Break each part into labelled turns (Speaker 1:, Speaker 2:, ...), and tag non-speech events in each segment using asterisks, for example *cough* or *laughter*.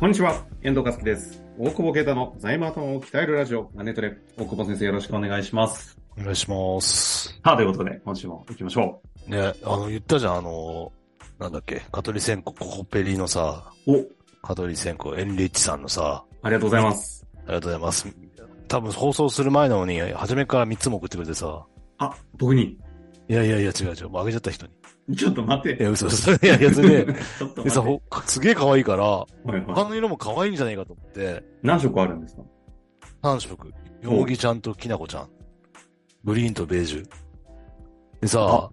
Speaker 1: こんにちは、遠藤和樹です。大久保啓太の財務頭を鍛えるラジオ、マネトレ。大久保先生よろしくお願いします。
Speaker 2: お願いします。
Speaker 1: さあ、ということで、今週も行きましょ
Speaker 2: ね、あの、言ったじゃん、あの、なんだっけ、カトリセンコ、ココペリのさ、
Speaker 1: う。お、
Speaker 2: カトリセンコ、エンリッチさんのさ、
Speaker 1: ありがとうございます。
Speaker 2: ありがとうございます。多分放送する前なのに、初めから3つも送ってくれてさ、
Speaker 1: あ、僕に。
Speaker 2: いやいやいや、違う違う、もうあげちゃった人に。
Speaker 1: ちょっと待って。
Speaker 2: いや、嘘嘘。 *laughs* いやいや、
Speaker 1: *laughs*
Speaker 2: それで、
Speaker 1: ちょっと
Speaker 2: で
Speaker 1: 待
Speaker 2: さ、
Speaker 1: って。
Speaker 2: ほすげえ可愛いから、
Speaker 1: はいはい
Speaker 2: 他の色も可愛いんじゃないかと思って、
Speaker 1: 何色あるんですか
Speaker 2: 3色、ヨギちゃんときなこちゃん、グリーンとベージュ。でさ、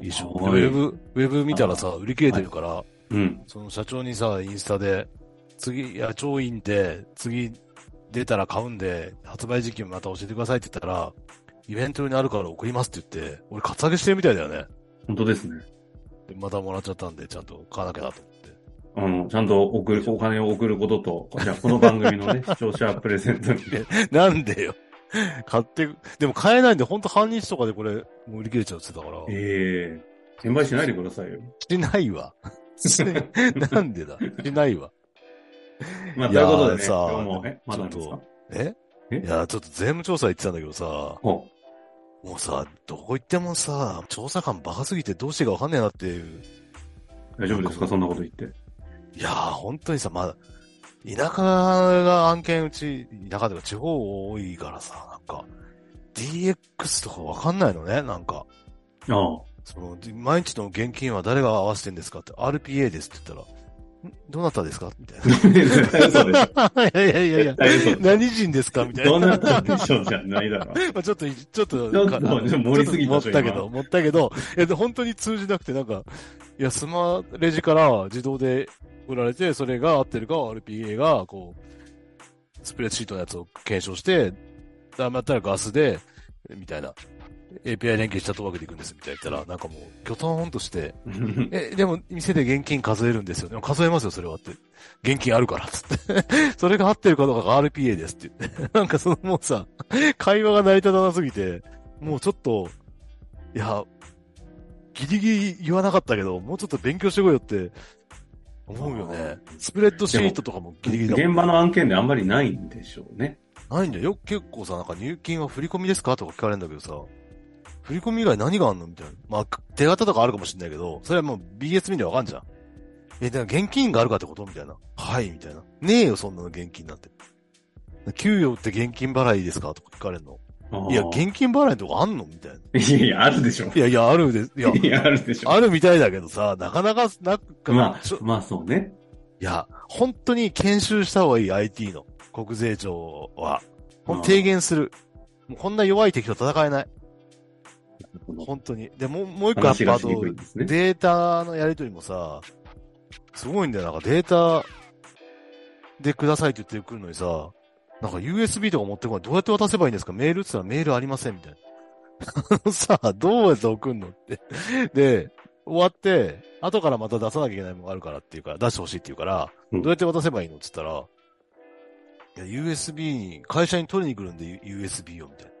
Speaker 2: いいでしょ
Speaker 1: か
Speaker 2: ウ
Speaker 1: わいい
Speaker 2: ェブ、ウェブ見たらさ、売り切れてるから、
Speaker 1: うん。
Speaker 2: その社長にさ、インスタで、次、野鳥院で、次出たら買うんで、発売時期もまた教えてくださいって言ったら、イベントにあるから送りますって言って、俺、カツアゲしてるみたいだよね。
Speaker 1: 本当ですね。
Speaker 2: で、またもらっちゃったんで、ちゃんと買わなきゃなと思って。
Speaker 1: あの、ちゃんと送る、お金を送ることと、こちら、この番組
Speaker 2: *laughs*
Speaker 1: のね、視聴者プレゼントに。
Speaker 2: なんでよ。買って、でも買えないんで、ほんと半日とかでこれ、もう売り切れちゃうって言ってたから。
Speaker 1: ええ転売しないでくだ
Speaker 2: *laughs*
Speaker 1: さいよ。
Speaker 2: しないわ。しなんでだしないわ。
Speaker 1: まあ、
Speaker 2: い
Speaker 1: とい
Speaker 2: や
Speaker 1: う
Speaker 2: ー
Speaker 1: ことでね、
Speaker 2: さあ
Speaker 1: 今日も、え、まだあるんです
Speaker 2: ちょ
Speaker 1: か
Speaker 2: っえ
Speaker 1: え
Speaker 2: いや、ちょっと税務調査行ってたんだけどさ、
Speaker 1: ほ
Speaker 2: もうさ、どこ行ってもさ、調査官バカすぎてどうしていいかわかんねえなっていう。
Speaker 1: う大丈夫ですかそんなこと言って。
Speaker 2: いやー、本当にさ、まあ、田舎が案件うち、田舎とか地方多いからさ、なんか、DX とかわかんないのね、なんか。
Speaker 1: ああ。
Speaker 2: その、毎日の現金は誰が合わせてんですかって、RPA ですって言ったら、んどなたですかみたいな。
Speaker 1: 絶対嘘でしょ。
Speaker 2: *laughs* いやいやいやいや
Speaker 1: 絶、対嘘でし
Speaker 2: 何人ですかみたい
Speaker 1: ょ。ど
Speaker 2: な。
Speaker 1: んなたでしょうじゃないだろう。
Speaker 2: *laughs* まあちょっとい、ちょっと、
Speaker 1: ちょっと
Speaker 2: かあ
Speaker 1: もう
Speaker 2: のちょっと
Speaker 1: 盛りすぎたで
Speaker 2: 持っ
Speaker 1: しょ
Speaker 2: たけど、持ったけど、いや、で本当に通じなくて、なんか、いや、スマレジから自動で売られて、それが合ってるか、RPA が、こう、スプレッドシートのやつを検証して、ダメだったらガスで、みたいな。API 連携したと分けていくんです、みたいな言ったら、なんかもう、きょとんとして、え、でも、店で現金数えるんですよね。数えますよ、それはって。現金あるから、つって。 *laughs* それが合ってるかどうかが RPA ですって言って。 *laughs* なんかそのもうさ、会話が成り立たなすぎて、もうちょっと、いや、ギリギリ言わなかったけど、もうちょっと勉強してこいよって思うよね。スプレッドシートとかもギリギリだもん
Speaker 1: 現場の案件であんまりないんでしょうね。
Speaker 2: ないんだよ。よく結構さ、なんか入金は振り込みですかとか聞かれるんだけどさ、振り込み以外何があんのみたいな。まあ、手形とかあるかもしれないけど、それはもう BS 見でわかんじゃん。え、だから現金があるかってことみたいな。はい、みたいな。ねえよ、そんなの現金なんて。給与って現金払いですかとか聞かれるの。いや、現金払いとかあんのみたいな。
Speaker 1: いやいや、あるでしょ。
Speaker 2: いやいや、あるです。いや、
Speaker 1: いや、あるでしょ。
Speaker 2: あるみたいだけどさ、なかなか、なんか、
Speaker 1: ま
Speaker 2: ちょ
Speaker 1: あ、まあそうね。
Speaker 2: いや、本当に研修した方がいい IT の国税庁は。ほ
Speaker 1: うん
Speaker 2: ん提言する。もうこんな弱い敵と戦えない。本当に。で、もう、もう一個やっ
Speaker 1: 話
Speaker 2: ぱ
Speaker 1: が
Speaker 2: あ
Speaker 1: し
Speaker 2: と
Speaker 1: に、くいですね。
Speaker 2: データのやりとりもさ、すごいんだよ。なんかデータでくださいって言ってくるのにさ、なんか USB とか持ってこない。どうやって渡せばいいんですかメールって言ったらメールありませんみたいな。あの *laughs* さ、どうやって送んのって。で、終わって、後からまた出さなきゃいけないものがあるからっていうから、出してほしいっていうから、
Speaker 1: うん
Speaker 2: どうやって渡せばいいのって言ったら、いや、USB に、会社に取りに来るんで USB をみたいな。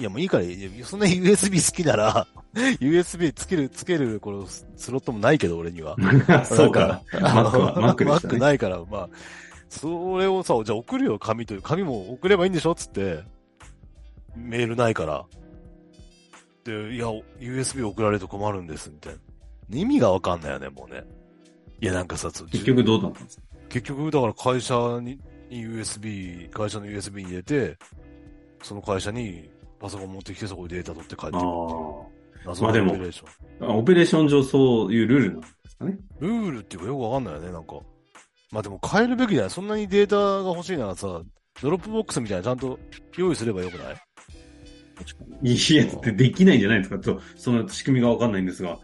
Speaker 2: いや、もういいから、いやそんな USB 好きなら、USB つける、つける、このススロットもないけど、俺には。
Speaker 1: *laughs* そうか。
Speaker 2: *laughs*
Speaker 1: マックは、
Speaker 2: あの
Speaker 1: マックでした
Speaker 2: Mac
Speaker 1: ね。
Speaker 2: ないから、まあ、それをさ、じゃあ送るよ、紙という。紙も送ればいいんでしょつって、メールないから。で、いや、USB 送られると困るんです、みたいな。意味がわかんないよね、もうね。いや、なんかさ、そう
Speaker 1: 結局どうだったんですか
Speaker 2: 結局、だから会社にに USB、会社の USB に入れて、その会社にパソコン持ってきて、そこでデータ取って帰って
Speaker 1: ああ。
Speaker 2: くる謎
Speaker 1: まあ
Speaker 2: の
Speaker 1: で
Speaker 2: レ
Speaker 1: も
Speaker 2: ギュレーション。
Speaker 1: オペレーション上そういうルールなんですかね。
Speaker 2: ルールっていうかよくわかんないよね、なんか。まあでも変えるべきじゃない。そんなにデータが欲しいならさ、ドロップボックスみたいなちゃんと用意すればよくない
Speaker 1: いいやつってできないんじゃないですかと、その仕組みがわかんないんですが、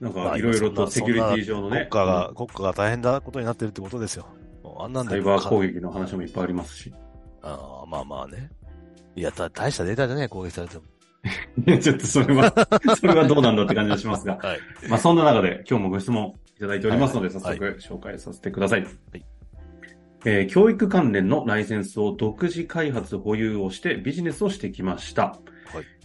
Speaker 1: なん
Speaker 2: ま
Speaker 1: か
Speaker 2: あ
Speaker 1: いろいろとセキュリティ上のね
Speaker 2: 国、家が、国家が大変なことになってるってことですよ。もうあんなんで。
Speaker 1: サイバー攻撃の話もいっぱいありますし。
Speaker 2: あーまあまあね。いや、た大したデータじゃねえ、攻撃されても。
Speaker 1: いや、ちょっとそれ
Speaker 2: *laughs*
Speaker 1: は、それはどうなんだって感じがしますが。
Speaker 2: はい。
Speaker 1: まあ、そんな中で今日もご質問いただいておりますので、
Speaker 2: は
Speaker 1: 早
Speaker 2: い
Speaker 1: 速紹介させてください。
Speaker 2: い
Speaker 1: えー教育関連のライセンスを独自開発保有をしてビジネスをしてきました。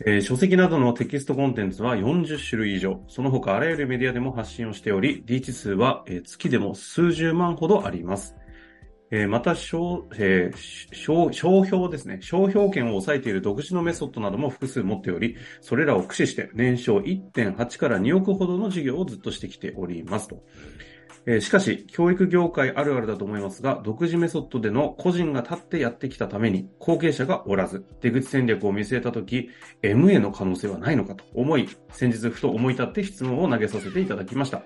Speaker 1: えー書籍などのテキストコンテンツは40種類以上、その他あらゆるメディアでも発信をしており、リーチ数は、えー月でも数十万ほどあります。えーまた商、えーし商、商標ですね。商標権を抑えている独自のメソッドなども複数持っており、それらを駆使して年商1.8から2億ほどの事業をずっとしてきておりますと。えーしかし、教育業界あるあるだと思いますが、独自メソッドでの個人が立ってやってきたために、後継者がおらず、出口戦略を見据えたとき、MA の可能性はないのかと思い、先日ふと思い立って質問を投げさせていただきました。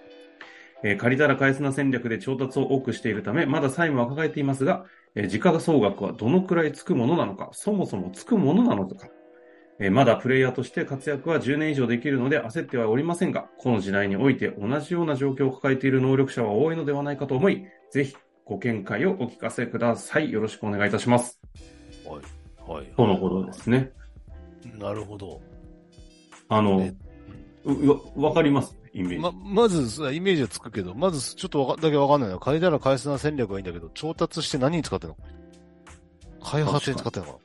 Speaker 1: えー借りたら返すな戦略で調達を多くしているため、まだ債務は抱えていますが、えー時価総額はどのくらいつくものなのか、そもそもつくものなのか、えーまだプレイヤーとして活躍は10年以上できるので焦ってはおりませんが、この時代において同じような状況を抱えている能力者は多いのではないかと思い、ぜひご見解をお聞かせください。よろしくお願いいたします。
Speaker 2: はい。はい。
Speaker 1: とのことですね。
Speaker 2: なるほど。
Speaker 1: あの
Speaker 2: ね、
Speaker 1: ううわわかりますイメージ。
Speaker 2: ま、まずさ、イメージはつくけど、まずちょっとわかだけわかんないのは、借りたら返すな戦略はいいんだけど、調達して何に使ってんの開発に使ってんのか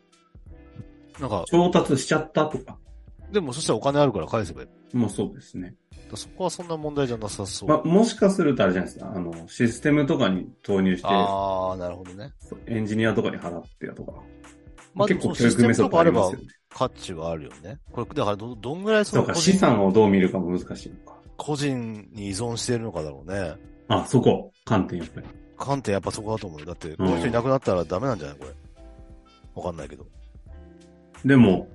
Speaker 2: ななんか、
Speaker 1: 調達しちゃったとか
Speaker 2: でもそしたらお金あるから返せばいい。だ
Speaker 1: もそうですね。
Speaker 2: からそこはそんな問題じゃなさそう。
Speaker 1: まあ、もしかするとあれじゃないですか、あの、システムとかに投入して、
Speaker 2: ああ、なるほどね。
Speaker 1: エンジニアとかに払ってやとか。
Speaker 2: まあでも
Speaker 1: 結構
Speaker 2: そ
Speaker 1: 教
Speaker 2: のシステ
Speaker 1: 育メ
Speaker 2: ム
Speaker 1: ソ
Speaker 2: と
Speaker 1: ッド
Speaker 2: か
Speaker 1: あ
Speaker 2: あ
Speaker 1: り
Speaker 2: れ
Speaker 1: ま
Speaker 2: ば
Speaker 1: すよね。
Speaker 2: 価値はあるよね。これ、だからどどんぐらいそ
Speaker 1: だ
Speaker 2: の
Speaker 1: か
Speaker 2: 個
Speaker 1: ら
Speaker 2: 人
Speaker 1: 資産をどう見るかも難しいのか。
Speaker 2: 個人に依存してるのかだろうね。
Speaker 1: あ、そこ、観点やっぱり。
Speaker 2: 観点やっぱそこだと思うよ。だって、この人いなくなったらダメなんじゃないこれ。わかんないけど。
Speaker 1: でも、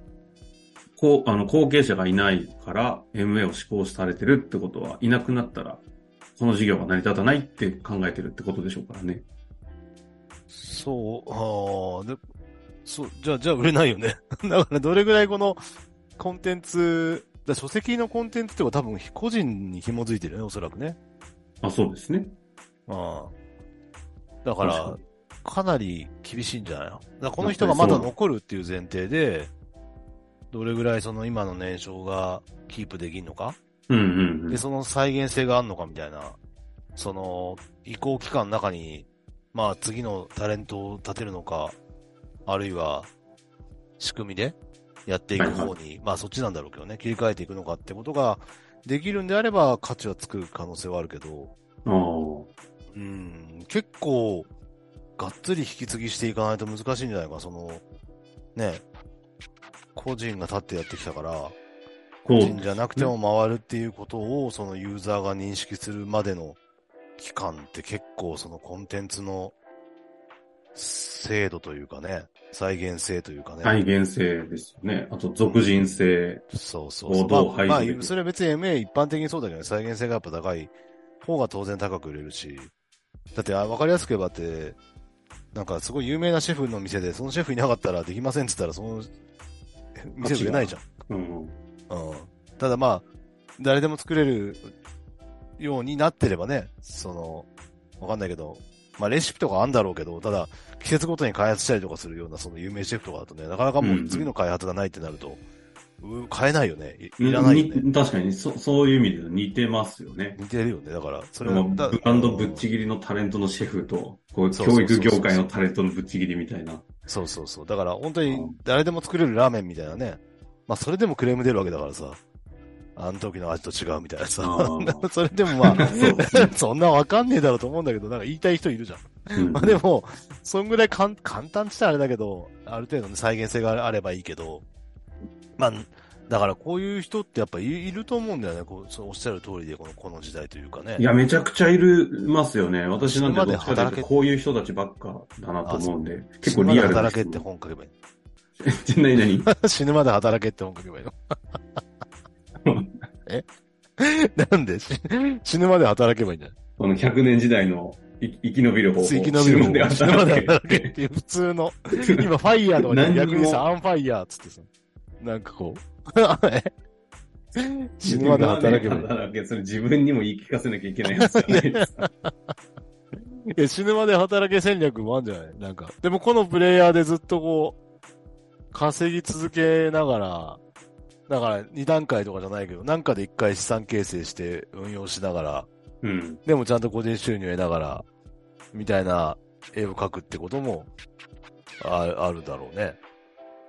Speaker 1: こう、あの、後継者がいないから、MA を施行されてるってことは、いなくなったら、この事業が成り立たないって考えてるってことでしょうからね。
Speaker 2: そう、ああ、で、そう、じゃあ、じゃあ売れないよね。 *laughs* だからどれぐらいこのコンテンツ、だから書籍のコンテンツっていうか多分個人に紐づいてるよね、おそらくね。
Speaker 1: あ、そうですね。
Speaker 2: ああ。だか
Speaker 1: 確
Speaker 2: ら
Speaker 1: か、
Speaker 2: かなり厳しいんじゃないのだからこの人がまだ残るっていう前提で、どれぐらいその今の年商がキープできるのか、
Speaker 1: うんうんう
Speaker 2: で、
Speaker 1: ん。
Speaker 2: その再現性があるのかみたいな、その移行期間の中に、まあ次のタレントを立てるのか、あるいは仕組みでやっていく方に、
Speaker 1: *laughs*
Speaker 2: まあそっちなんだろうけどね、切り替えていくのかってことができるんであれば価値はつく可能性はあるけど、
Speaker 1: あー
Speaker 2: うん、結構、がっつり引き継ぎしていかないと難しいんじゃないか、その、ね、個人が立ってやってきたから、
Speaker 1: そ
Speaker 2: 個
Speaker 1: う
Speaker 2: 人じゃなくても回るっていうことを、そのユーザーが認識するまでの期間って結構そのコンテンツの精度というかね、再現性というかね。
Speaker 1: 再現性ですよね。あと、俗人性。
Speaker 2: そうそうそう。
Speaker 1: どう
Speaker 2: まあ、ま
Speaker 1: 排除できる
Speaker 2: あ、それは別に MA 一般的にそうだけど、再現性がやっぱ高い方が当然高く売れるし、だって、あわかりやすく言えばって、なんかすごい有名なシェフの店で、そのシェフいなかったらできませんって言ったら、その店売れないじゃん。
Speaker 1: うん。
Speaker 2: うん。ただまあ、誰でも作れるようになってればね、その、わかんないけど、まあレシピとかあんだろうけど、ただ季節ごとに開発したりとかするようなその有名シェフとかだとね、なかなかもう次の開発がないってなると、う買えないよね。いいらないよね。
Speaker 1: に確かにそ、そういう意味で似てますよね。
Speaker 2: 似てるよね。だから、それ
Speaker 1: あ
Speaker 2: は
Speaker 1: の
Speaker 2: だ
Speaker 1: ブランドぶっちぎりのタレントのシェフと、こう、
Speaker 2: そうそうそ
Speaker 1: 教
Speaker 2: うそう
Speaker 1: 育業界のタレントのぶっちぎりみたいな。
Speaker 2: そうそうそう。だから本当
Speaker 1: う
Speaker 2: に
Speaker 1: ん
Speaker 2: 誰でも作れるラーメンみたいなね。まあそれでもクレーム出るわけだからさ。あの時の味と違うみたいなさ。
Speaker 1: あー
Speaker 2: *laughs* それでもま
Speaker 1: *laughs*
Speaker 2: あ、
Speaker 1: そうですね
Speaker 2: *laughs* そんなわかんねえだろうと思うんだけど、なんか言いたい人いるじゃん。
Speaker 1: うん
Speaker 2: まあでも、そんぐらいかん簡単って言ったらあれだけど、ある程度の再現性があればいいけど、まあ、だからこういう人ってやっぱいいると思うんだよね。こうそうおっしゃる通りで、このこの時代というかね。
Speaker 1: いや、めちゃくちゃいるますよね。私なんて
Speaker 2: 死ぬまで
Speaker 1: どっちかという
Speaker 2: 働け
Speaker 1: と、こういう人たちばっかだなと思うんで、結構
Speaker 2: 死ぬま
Speaker 1: リ
Speaker 2: で
Speaker 1: アルな
Speaker 2: 働けっ
Speaker 1: 人
Speaker 2: て本書けばいい。
Speaker 1: *laughs* 何何
Speaker 2: *laughs* 死ぬまで働けって本書けばいいの。 *laughs* えなんで死死ぬまで働けばいいんだよ。
Speaker 1: この100年時代のい生き延びる方法。
Speaker 2: 生き延びる方法死
Speaker 1: 死ぬ
Speaker 2: ぬま
Speaker 1: ま
Speaker 2: で
Speaker 1: で
Speaker 2: 働
Speaker 1: 働
Speaker 2: け
Speaker 1: け
Speaker 2: っていう普通の。今、ファイヤーとかじゃなく
Speaker 1: 何
Speaker 2: て逆
Speaker 1: にも
Speaker 2: にさ、アンファイヤーっつってさ、なんかこう、 *laughs* え *laughs* 死ぬまで働けばいい。
Speaker 1: 働けそれ自分にも言い聞かせなきゃいけないやつじゃない
Speaker 2: *laughs*
Speaker 1: ですか。
Speaker 2: いや死ぬまで働け戦略もあるんじゃないなんか。でもこのプレイヤーでずっとこう、稼ぎ続けながら、だから2段階とかじゃないけど、なんかで1回資産形成して運用しながら、
Speaker 1: うん。
Speaker 2: でもちゃんと個人収入を得ながら、みたいな絵を描くってことも、ああるだろうね。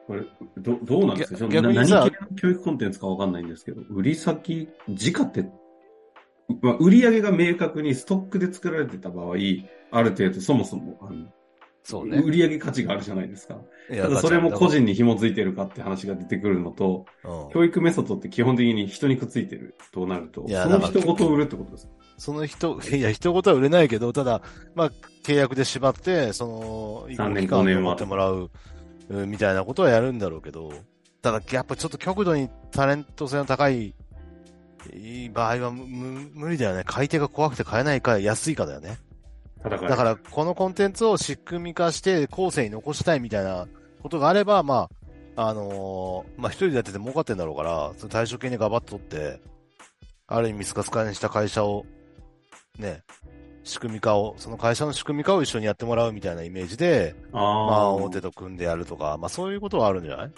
Speaker 1: これ、ど、どうなんですかちょっと
Speaker 2: 逆
Speaker 1: な
Speaker 2: に
Speaker 1: 何系
Speaker 2: さ
Speaker 1: の教育コンテンツかわかんないんですけど、売り先、時価って、まあ、売り上げが明確にストックで作られてた場合、ある程度そもそも、あの、
Speaker 2: そうね。
Speaker 1: 売上価値があるじゃないですか。
Speaker 2: いや
Speaker 1: ただそれも個。人に紐づいてるかって話が出てくるのと、
Speaker 2: うん
Speaker 1: 教育メソッドって基本的に人にくっついてるとなると、
Speaker 2: いや
Speaker 1: その
Speaker 2: だから
Speaker 1: 人ごと売るってことです。
Speaker 2: その人、 *laughs* いや、人事は売れないけど、ただ、まあ、契約で縛って、その、移
Speaker 1: 三
Speaker 2: 行
Speaker 1: 年
Speaker 2: 期間
Speaker 1: 五
Speaker 2: を
Speaker 1: 年は
Speaker 2: 持ってもらう、うんみたいなことはやるんだろうけど、ただ、やっぱちょっと極度にタレント性の高い、いい場合はむむ無理だよね。買い手が怖くて買えないか、安いかだよね。
Speaker 1: 戦い。
Speaker 2: だから、このコンテンツを仕組み化して、後世に残したいみたいなことがあれば、まあ、あのーまあ、一人でやってて儲かってんだろうから、その対象系にガバッと取って、ある意味スカスカにした会社を、ね、仕組み化を、その会社の仕組み化を一緒にやってもらうみたいなイメージで、まあ、
Speaker 1: あー
Speaker 2: 大手と組んでやるとか、まあ、そういうことはあるんじゃない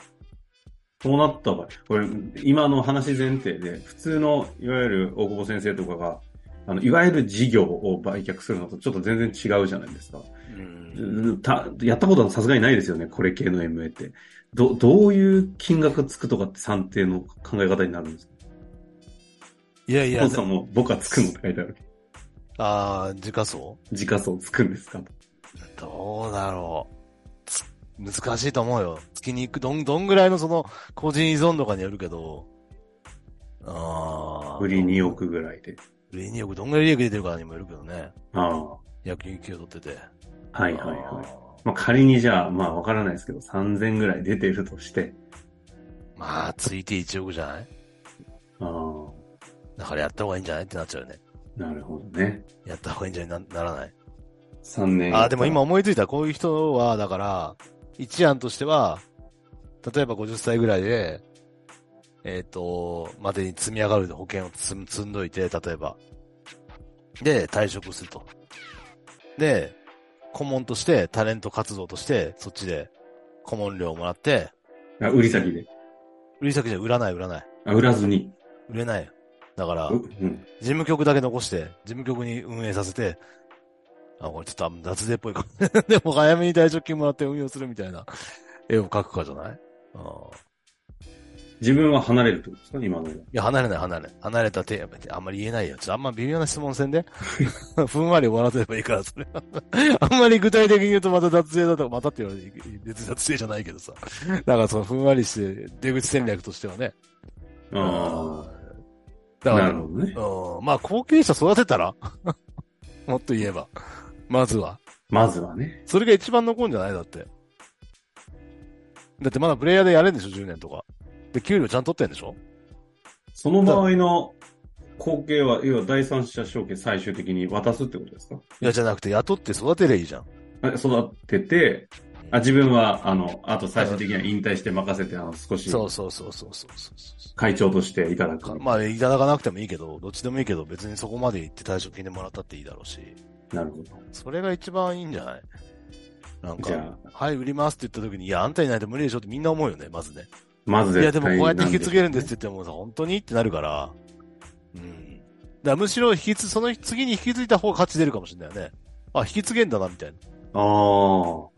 Speaker 1: そうなった場合、これ、今の話前提で、普通の、いわゆる大久保先生とかが、あの、いわゆる事業を売却するのとちょっと全然違うじゃないですか。たやったことはさすがにないですよね、これ系の MA って。ど、どういう金額つくとかって算定の考え方になるんですか
Speaker 2: いやい
Speaker 1: い
Speaker 2: や、
Speaker 1: さんも僕はつくのって書いてある。
Speaker 2: *laughs* ああ、時価総
Speaker 1: 時価総つくんですか
Speaker 2: どうだろう。つ難しいと思うよ。月に行く、どん、どんぐらいのその、個人依存度かによるけど、ああ。
Speaker 1: 売り2。億ぐらいで。
Speaker 2: 売り2億、どんぐらい利益出てるかにもよるけどね。
Speaker 1: ああ、
Speaker 2: 役員給与取ってて。
Speaker 1: はいはいはい。まあ、仮にじゃあ、まあわからないですけど、3000ぐらい出ているとして、
Speaker 2: い。まあ、ついて1億じゃない
Speaker 1: ああ、
Speaker 2: だからやった方がいいんじゃないってなっちゃうよね。
Speaker 1: なるほどね。
Speaker 2: やった方がいいんじゃないなならない。
Speaker 1: 3年。
Speaker 2: ああ、でも今思いついた。こういう人は、だから、一案としては、例えば50歳ぐらいで、えっ、と、までに積み上がる保険を積ん積んどいて、例えば。で、退職すると。で、顧問として、タレント活動として、そっちで顧問料をもらって、
Speaker 1: あ、売り先で。
Speaker 2: 売り先じゃ売らない、売らない。
Speaker 1: あ、売らずに。
Speaker 2: 売れないよ。だから
Speaker 1: う、うん。
Speaker 2: 事務局だけ残して、事務局に運営させて、あ、これちょっとあ脱税っぽいか。 *laughs* でも早めに退職金もらって運用するみたいな絵を描くかじゃないあー
Speaker 1: 自分は離れるってことですか今ので。
Speaker 2: いや、離れない、離れない。離れた手、あんまり言えないよ。ちょっとあんま微妙な質問せんで。 *laughs* ふんわり終わらせればいいから、それ *laughs* は。あんまり具体的に言うとまた脱税だとか、またって言われて、別に脱税じゃないけどさ。だからそのふんわりして、出口戦略としてはね。
Speaker 1: あ
Speaker 2: あ。だ
Speaker 1: あ、
Speaker 2: か
Speaker 1: な
Speaker 2: ら
Speaker 1: るほどね。
Speaker 2: うんまあ、後継者育てたら *laughs* もっと言えば。まずは。
Speaker 1: まずはね。
Speaker 2: それが一番残るんじゃないだって。だってまだプレイヤーでやれんでしょ ?10 年とか。で、給料ちゃんと取ってんでしょ
Speaker 1: その場合の後継は、要は第三者証券最終的に渡すってことですか
Speaker 2: いや、じゃなくて雇って育てりゃいいじゃん。
Speaker 1: あ育てて、あ、自分は、あの、あと最終的には引退して任せて、あの、少し
Speaker 2: そうそうそうそうそうそうそ
Speaker 1: 会長としていただ
Speaker 2: う
Speaker 1: く。
Speaker 2: まあ、いただかなくてもいいけど、どっちでもいいけど、別にそこまで行って退職金でもらったっていいだろうし。
Speaker 1: なるほど。
Speaker 2: それが一番いいんじゃないなん
Speaker 1: じ
Speaker 2: か、
Speaker 1: ゃあ、
Speaker 2: はい、売りますって言った時に、いや、あんたいないと無理でしょってみんな思うよね、まずね。
Speaker 1: まず
Speaker 2: いや、
Speaker 1: 絶
Speaker 2: でも
Speaker 1: 対
Speaker 2: こうやって引き継げるんですっ
Speaker 1: す。
Speaker 2: て言ってもさ、本当にってなるから。うん。だからむしろ引き継、その次に引き継いだ方が価値出るかもしれないよね。あ、引き継げんだな、みたいな。
Speaker 1: あ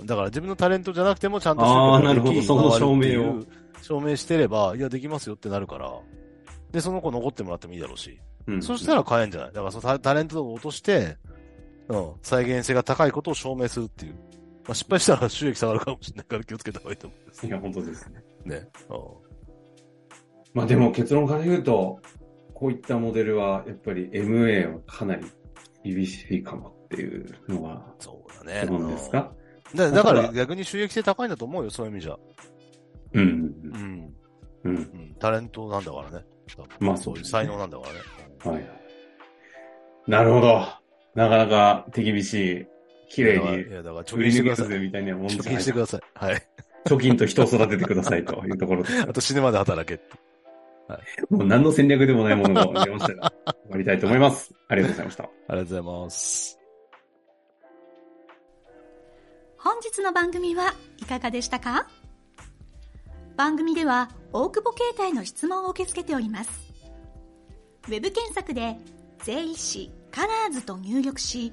Speaker 1: あ。
Speaker 2: だから自分のタレントじゃなくてもちゃんと
Speaker 1: あー
Speaker 2: 集客ができ
Speaker 1: なるほどその証明。
Speaker 2: 回
Speaker 1: を
Speaker 2: るっていう証明してれば、いや、できますよってなるから。で、その子残ってもらってもいいだろうし。
Speaker 1: うん。
Speaker 2: そしたら買えんじゃないだからそのタタレントを落として、うん、再現性が高いことを証明するっていう。まあ、失敗したら収益下がるかもしれないから気をつけた方がいいと思うんです
Speaker 1: いや、本当ですね。
Speaker 2: ね。うん。
Speaker 1: まあでも結論から言うと、こういったモデルは、やっぱり MA はかなり厳しいかもっていうのは、
Speaker 2: そうだね。
Speaker 1: どうですか
Speaker 2: だだか
Speaker 1: た
Speaker 2: ら
Speaker 1: だ
Speaker 2: 逆に収益性高いんだと思うよ、そういう意味じゃ。
Speaker 1: うん。
Speaker 2: ん。
Speaker 1: うん。
Speaker 2: うん。タレントなんだからね。
Speaker 1: まあそ
Speaker 2: そうう
Speaker 1: で
Speaker 2: い
Speaker 1: す
Speaker 2: う
Speaker 1: ね
Speaker 2: 才能なんだからね。
Speaker 1: はい。なるほど。なかなか手厳しい、綺麗
Speaker 2: い
Speaker 1: に、
Speaker 2: や、だから貯
Speaker 1: 売
Speaker 2: 金
Speaker 1: り
Speaker 2: して
Speaker 1: 抜け
Speaker 2: くださ
Speaker 1: た
Speaker 2: い。
Speaker 1: ぜみたいなもんじゃな
Speaker 2: 貯
Speaker 1: い
Speaker 2: 金してください。はい。
Speaker 1: 貯金と人を育ててくださいというところで、
Speaker 2: あと死ぬまで働けって。
Speaker 1: もう何の戦略でもないものが出ましたが、終わりたいと思います。ありがとうございました。
Speaker 2: ありがとうございます。
Speaker 3: 本日の番組はいかがでしたか番組では大久保携帯の質問を受け付けておりますウェブ検索で「税理士カラーズと入力し